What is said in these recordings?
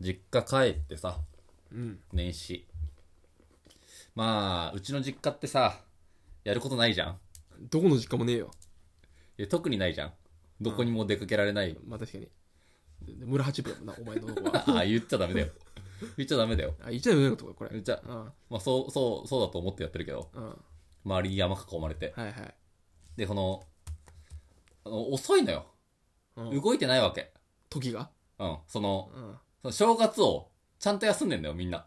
実家帰ってさ、うん年始。まあ、うちの実家ってさ、やることないじゃん。どこの実家もねえよいや特にないじゃん。どこにも出かけられない。まあ確かにで村八分だもんなお前のと こはああ、言っちゃダメだよ。言っちゃダメだよ。あ一台上のとここれ言っちゃ、うんまあそう、そう、そうだと思ってやってるけど、うんは周りに山囲まれて。いはいで、この、あの遅いのよ。うん動いてないわけ。時がうん。その、うんその正月をちゃんと休んでんだよ、みんな。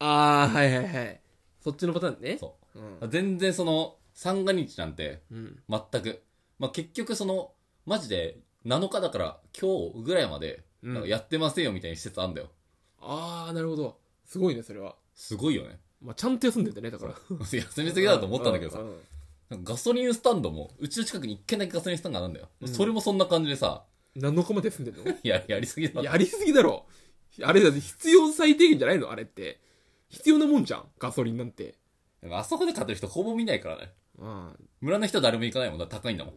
ああはいはいはいそっちのパターンねそうう。ん全然その、三が日なんて、うん全く。まあ、結局その、マジで、7日だから今日ぐらいまで、うんなんかやってませんよみたいな施設あんだよ。ああなるほどすごいねそれはすごい よね。まあちゃんと休んでてねだから休みすぎだと思ったんだけどさう。んなんかガソリンスタンドも、うちの近くに1軒だけガソリンスタンドがあるんだよ。うんそれもそんな感じでさ、 7日まで休ん でんのいや、やりすぎだな。やりすぎだろあれだって必要最低限じゃないのあれって必要なもんじゃんガソリンなんてあそこで買ってる人ほぼ見ないからね。うん村の人は誰も行かないもんだ。高いんだもん。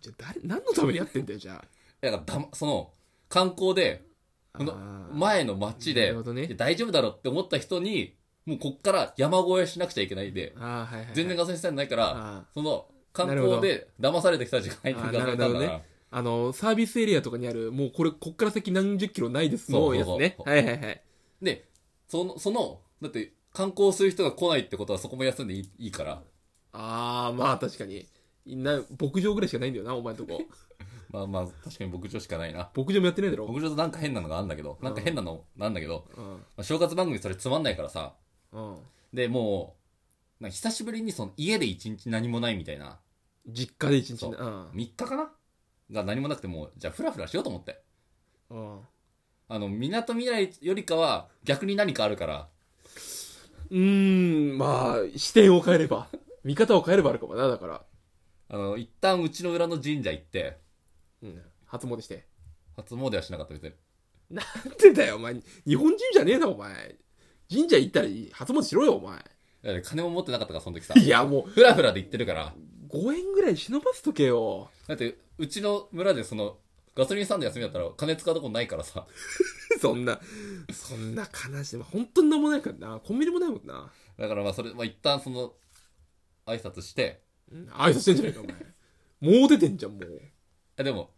じゃあ誰何のためにやってんだよじゃだからだま、その、観光で、あこのあー前の街なで、るほどねいや大丈夫だろうって思った人に、もうこっから山越えしなくちゃいけないで、あーはいはいはい全然ガソリンスタンドないから、あその、観なるほ光どで騙されてきた人が入ってあるーガソリンスタンドだなるほどかねら。ーあのサービスエリアとかにあるもうこれこっから先何十キロないですそのうやつねそうそうはいはいはいで、その、その、だって観光する人が来ないってことはそこも休んでいいいいから、ああまあ確かにな牧場ぐらいしかないんだよなお前の とこまあまあ、確かに牧場しかないな。牧場もやってないだろ牧場となんか変なのがあるんだけど、なんか変なのなんだけど、うんまあ正月番組それつまんないからさ、うんで、もう、なんか久しぶりにその家で一日何もないみたいな、実家で一日そうなうん3日かなが何もなくてもう、じゃあフラフラしようと思って。うんあの、みなとみらいよりかは逆に何かあるから、うーん、まあ、視点を変えれば。見方を変えればあるかもな、だから。あの、一旦うちの裏の神社行って、うん。初詣して。初詣はしなかった別に。なんでだよ、お前。日本人じゃねえな、お前。神社行ったら初詣しろよ、お前。だって金も持ってなかったから、その時さ。いや、もフラフラで行ってるから。う、5円ぐらい忍ばせとけよ。だって、うちの村でその、ガソリンスタンド休みだったら金使うとこないからさ。 そんな、そんな悲しい。本当になんもないからな。コンビニもないもんな。だからまあそれ、まあ一旦その、挨拶して、うん挨拶してんじゃねえか、お前。もう出てんじゃん、もう。あでも、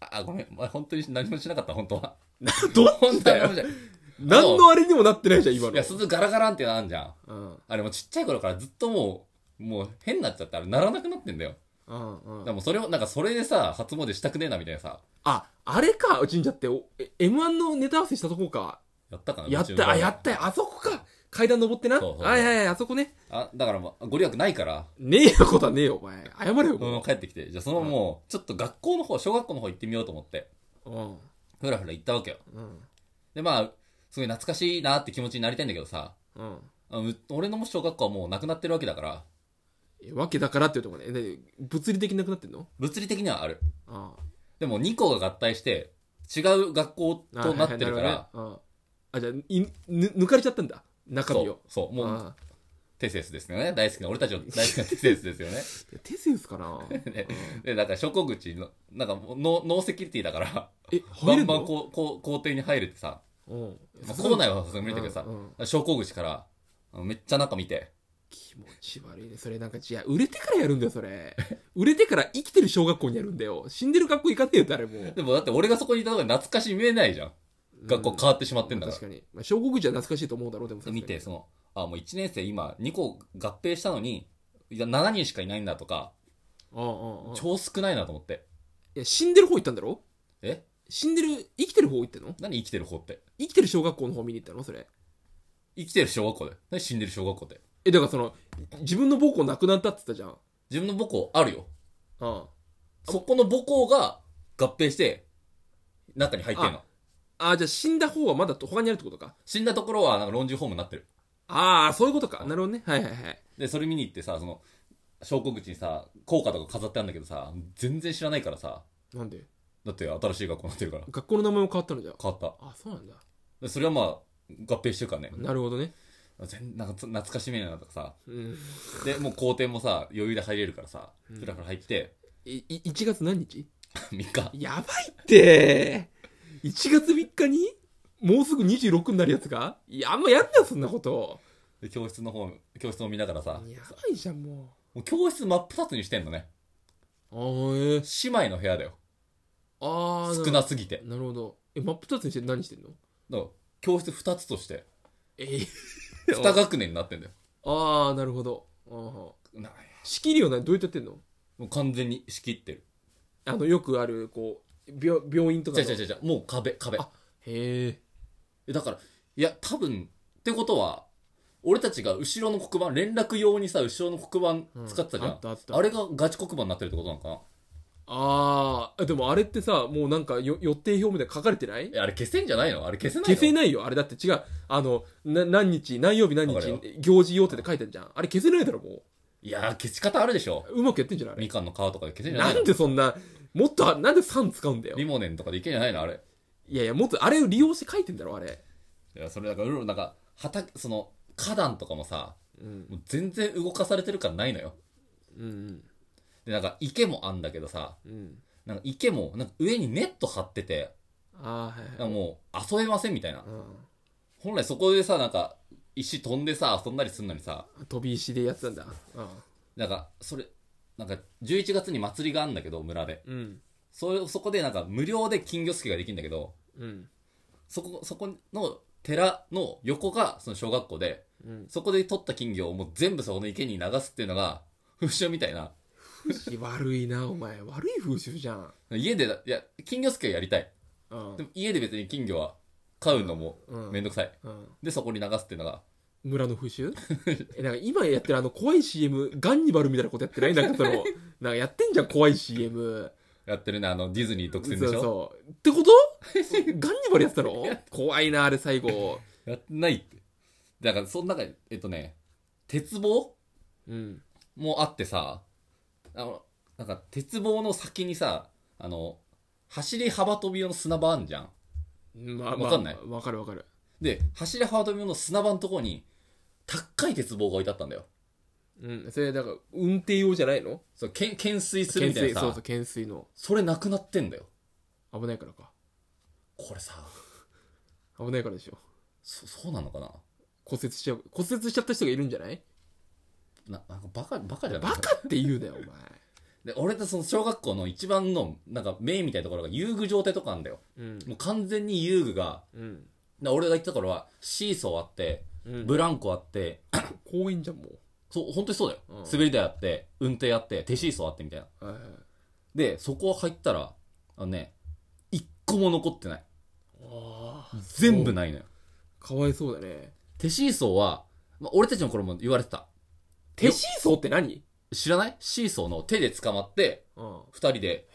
あ、ごめん、まあ、本当に何もしなかった、本当は。な、ど本ん当はだ何もよ。しない何のあれにもなってないじゃん、い今や、の。鈴ガラガランってのあんじゃん。うん。あれもうちっちゃい頃からずっともう、もう変になっちゃったら鳴らなくなってんだよ。うん、うだんか。らもうそれを、なんかそれでさ、初詣したくねえなみたいなさ、あ、あれか、神社って、おえ M1 のネタ合わせしたとこか。やったかなやっうちのた、村あ、やったよ。あそこか。階段登ってな。そうそうはいはいはい、あそこね。あ、だからもう、ご利益ないから、ねえよ、ことはねえよ、お前。謝れそよ、のまもま帰ってきて、じゃあそのままもう、ちょっと学校の方、小学校の方行ってみようと思って、う。うん。ふらふら行ったわけよ。うん。で、まあ、すごい懐かしいなって気持ちになりたいんだけどさ、うん。あう俺の小学校はもうなくなってるわけだから、えわけだからって言うとこね。えなに物理的になくなってんの物理的にはある。あでも2校が合体して、違う学校あ。となってるから、はいはいなるほどねうん。あ、じゃあ、いぬ、抜かれちゃったんだ。中身そうを。、そう、もう、ああテセウスですよね。大好きな、俺たち の大好きなテセウスですよね。いやテセウスか なで、でなんか、諸国口の、なんかもうノー、ノーセキュリティだから、え、バ入れンんバンのこうこう校庭に入れてさ、うん。まあ、校内はさすがに無理だけどさうん、諸国口から、あのめっちゃ中見て、気持ち悪いね。それなんか、違う。売れてからやるんだよ、それ。 売れてから生きてる小学校にやるんだよ。死んでる学校行かねえよ、誰も。でもだって俺がそこにいたのが懐かしみ見えないじゃん。 学校変わってしまってんだから確。かに。まあ、小国じゃ懐かしいと思うだろう、でも見て、。その、あ、もう1年生今2校合併したのに、いや7人しかいないんだとか、ああ、ああ。い超少ないなと思って。や、死んでる方行ったんだろえ死んでる、生きてる方行ってんの何生きてる方って。生きてる小学校の方見に行ったのそれ。生きてる小学校で。何死んでる小学校って。え、だからその、自分の母校なくなったって言ったじゃん。自分の母校あるよ。うん。そこの母校が合併して、中に入ってんのあ。ああ、じゃあ死んだ方はまだ他にあるってことか。死んだところはなんか老人ホームになってる。ああ、そういうことか。なるほどね。はいはいはい。で、それ見に行ってさ、その、小国口にさ、校歌とか飾ってあるんだけどさ、全然知らないからさ、なんでだって新しい学校になってるから、学校の名前も変わったのじゃ。変わった。あ、そうなんだ。でそれはまあ、合併してるからね。なるほどね。全なんか懐かしめないなとかさ、うん。で、もう校庭もさ、余裕で入れるからさうん、ふらふら入って、 い、い1月何日3日。やばいって !1 月3日にもうすぐ26になるやつがいや、あんまやるなよ、そんなこと。で教室の方、教室を見ながらさ、やばいじゃん、ももう教室真っ二つにしてんのね。う。あー、え姉妹の部屋だよ。あー少なすぎて。なるほど。え、真っ二つにして何してんのだから教室二つとして、え二学年になってんだよ。ああ、なるほど。あーな仕切りをなどうやってやってんのもう完全に仕切ってる。あの、よくある、こう、病病院とか違うの。違う違う違う、もう壁、壁。あへえ。えだから、いや、多分、ってことは、俺たちが後ろの黒板、連絡用にさ、後ろの黒板使ってたじゃん。あったあったあれがガチ黒板になってるってことなのかなああ、でもあれってさ、もうなんかよ予定表みたいなの書かれてないえあれ消せんじゃないのあれ消せないの消せないよ、あれだって違う。あの、な何日、何曜日何わかるよ日、行事要点って書いてんじゃん。あれ消せないだろ、もいやー、消し方あるでしょ。う。うまくやってんじゃないあれみかんの皮とかで消せんじゃなないのんでそんな、もっとあ、なんで3使うんだよリ。モネンとかでいけんじゃないのあれ。いやいや、もっとあれを利用して書いてんだろ、あれ。いや、それだから、うろうろなんか、はた、その、花壇とかもさ、うん。もう全然動かされてる感ないのよ。うん。で、なんか池もあんだけどさ、うん。なんか池も、なんか上にネット張ってて、ああ、はないはんい。かもう遊べませんみたいな。う本来そこでさ、なんか、石飛んでさ、遊んだりするのにさ、ん。飛び石でやってたんだ。あなんか、それ、なんか、11月に祭りがあるんだけど、村で。うん。それ、そこでなんか、無料で金魚すきができるんだけど、うん。そこ、そこの寺の横が、その小学校で、うん。そこで取った金魚をもう全部そこの池に流すっていうのが、 風習みたいな。悪いな、お前。悪い風習じゃん。家でだ、いや、金魚すきはやりたい。うんで。も家で別に金魚は飼うのもうんめんどくさい。うん。で、そこに流すっていうのが、村の風習 え、なんか今やってるあの怖い CM、ガンニバルみたいなことやってないなん かその、なんかやってんじゃん、怖い CM。やってるね、あの、ディズニー独そう占でしょそう。っ てことガンニバルやってたの怖いな、あれ最後。やってないって。だから、その中に、えっとね、鉄棒うん。もあってさ、あの、なんか、鉄棒の先にさ、あの、走り幅跳び用の砂場あんじゃん。まあ、わかんないまあわかるわかる。で、走り幅跳び用の砂場のとこに、高い鉄棒が置いてあったんだよ。うん。それ、だから、運転用じゃないのそう、けん懸垂する懸みたい垂、なそうさそう、、懸垂の。それなくなってんだよ。危ないからか。これさ、危ないからでしょ。そ、そうなのかな骨折しちゃう、骨折しちゃった人がいるんじゃないな、なんかバカ、バカじゃないバカって言うなよ、お前。で、俺とその小学校の一番の、なんか、メインみたいなところが遊具場ってとこなんだよ。うん。もう完全に遊具が、うん。で俺が行った頃は、シーソーあって、うんブランコあって、公園じゃん、もそう、本当にそうだよ。うん滑り台あって、運転あって、手シーソーあってみたいな。う。はいはい。で、そこ入ったら、あのね、一個も残ってない。ああ。全部ないのよ。かわいそうだね。手シーソーは、まあ、俺たちの頃も言われてた。手シーソーって何知らないシーソーの手で捕まって、うん。二人でへ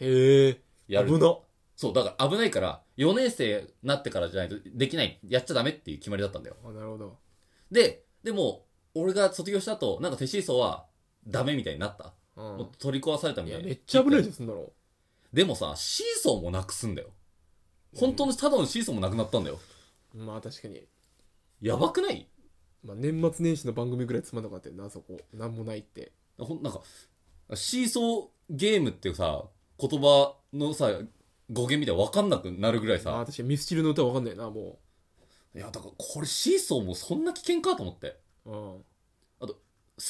え。やる。危な。そう、だから危ないから、4年生になってからじゃないとできない、やっちゃダメっていう決まりだったんだよ。あ、なるほど。で、でも、俺が卒業した後、なんか手シーソーはダメみたいになった。もうう取り壊されたん。みいたいや、な。めっちゃ危ないじゃん、そんなの。でもさ、シーソーもなくすんだよ。本当のただのシーソーもなくなったんだよ。まあ確かに。やばくないまあ年末年始の番組ぐらいつまんなくなってるな、そこ。なんもないって。ほん、なんか、シーソーゲームっていうさ、言葉のさ、語源みたいなわかんなくなるぐらいまあさ。確かにミスチルの歌わかんないな、もいや、だからこれシーソーもそんな危険かと思って。う。うん。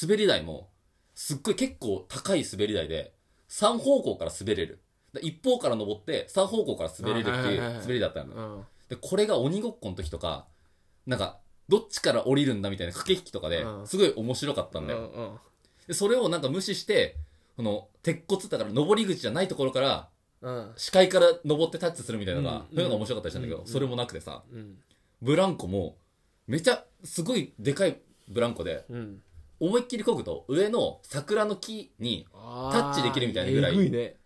滑り台も、すっごい結構高い滑り台で、3方向から滑れる。だ一方から登って、3方向から滑れるっていうあはいはいはいはい滑りだったの。うん。で、これが鬼ごっこの時とか、なんか、どっちから降りるんだみたいな駆け引きとかでう、んすごい面白かったうんんだうよ。ん。で、それをなんか無視して、この、鉄骨だから登り口じゃないところから、うん。視界から登ってタッチするみたいなのが、うんそういうのが面白かったりしたんだけうど、んそれもなくてさ、うん。ブランコも、めちゃ、すごいでかいブランコで、うん。思いっきり漕ぐと、上の桜の木に、あータッチできるみたいなぐらいえぐいね。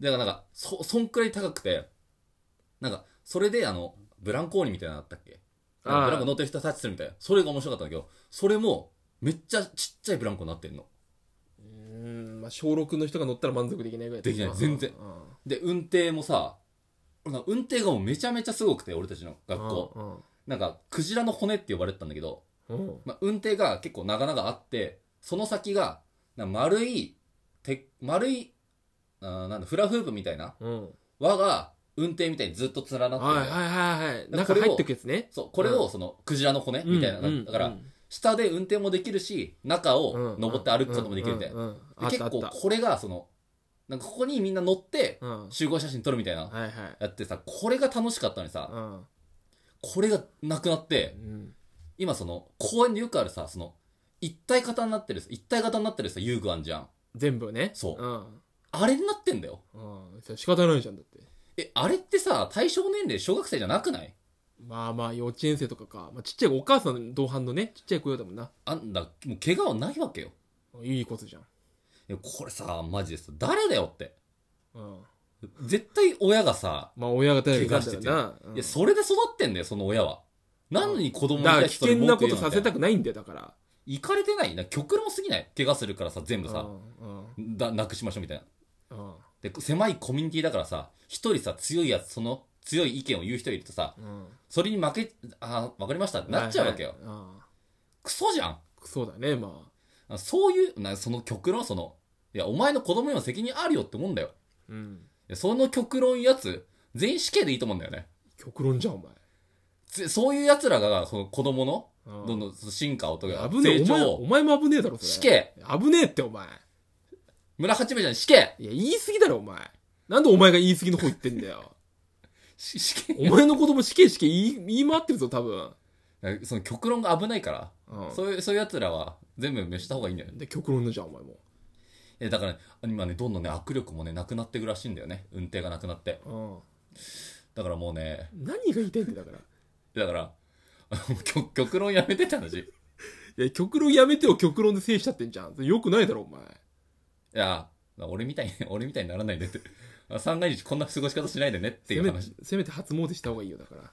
だからなんか、そ、そんくらい高くて、なんか、それであの、ブランコーニみたいなのあったっけブあーランコ乗ってる人タッチするみたいな。それが面白かったんだけど、それも、めっちゃちっちゃいブランコになってんの。うん。まあ小6の人が乗ったら満足できないぐらいだできない全然で、運転もさ、なんか運転がもうめちゃめちゃすごくて、俺たちのうん。学校。校。なんか、クジラの骨って呼ばれてたんだけど、うん。うん。まあ、運転が結構長々あって、その先が、なんか丸い、て、丸い、あーなんだ、フラフープみたいなうん。輪が、運転みたいにずっと連なってる、はいはいはいはい。だか中らこれを入ってくやつね。そう、これをその、クジラの骨みたいな、うんうんだから、うん下で運転もできるし、中を登って歩くこともできるみたいな。うんうんうんであった結あった構これがそのなんかここにみんな乗ってうん集合写真撮るみたいな、はいはいやってさこれが楽しかったのにさ、うんこれがなくなってうん今その公園でよくあるさその一体型になってる一体型になってるさ遊具あんじゃん全部ねそうんあれになってんだようんそれ仕方ないじゃんだってえあれってさ対象年齢小学生じゃなくないまあまあ幼稚園生とかか、まあ、ちっちゃい子お母さん同伴のねちっちゃい子用だもんなあんだもう怪我はないわけよいいことじゃんいやこれさマジでさ誰だよってうん絶対親がさ、まあ親が誰か出した怪らな、うんいやそれで育ってんだよその親はなのに子供にだから対危してそれ険な文こ句言うとのみさたいなせたくないんだよだから行かれてないな極論すぎない怪我するからさ全部さ、うんだなくしましょうみたいなうんで狭いコミュニティだからさ一人さ強いやつその強い意見を言う人いるとさうんそれに負けあ分かりましたってなっちゃうわけよ、はいはいクソじゃんうんそうだねまああそういうなその極論そのいやお前の子供にも責任あるよって思うんだようんいやその極論やつ全員死刑でいいと思うんだよね極論じゃんお前つそういうやつらがその子供のうんどんどんその進化をとか危ねえ成お前長おを前も危ねえだろそれ死刑危ねえってお前村八部ちゃん死刑いや言い過ぎだろお前なんでお前が言い過ぎの方言ってんだ よし死刑お前の子供死刑死刑言い言い回ってるぞ多分、その極論が危ないからうん、そういう、そういう奴らは全部飯した方がいいんだよね。で極論のじゃんお前もえ、だから、ね、今ね、どんどんね、握力もね、なくなっていくらしいんだよね。運転がなくなって。だからもうね、何が言いたいんだよだからだから、 あの極極論やめてって話。いいや極論やめてよ極論で制しちゃってんじゃんよくないだろお前や、俺みたいに、俺 みたいにならないでって。あ三が日こんな過ごし方しないでねっていせうめ話。せめて初詣した方がいいよだから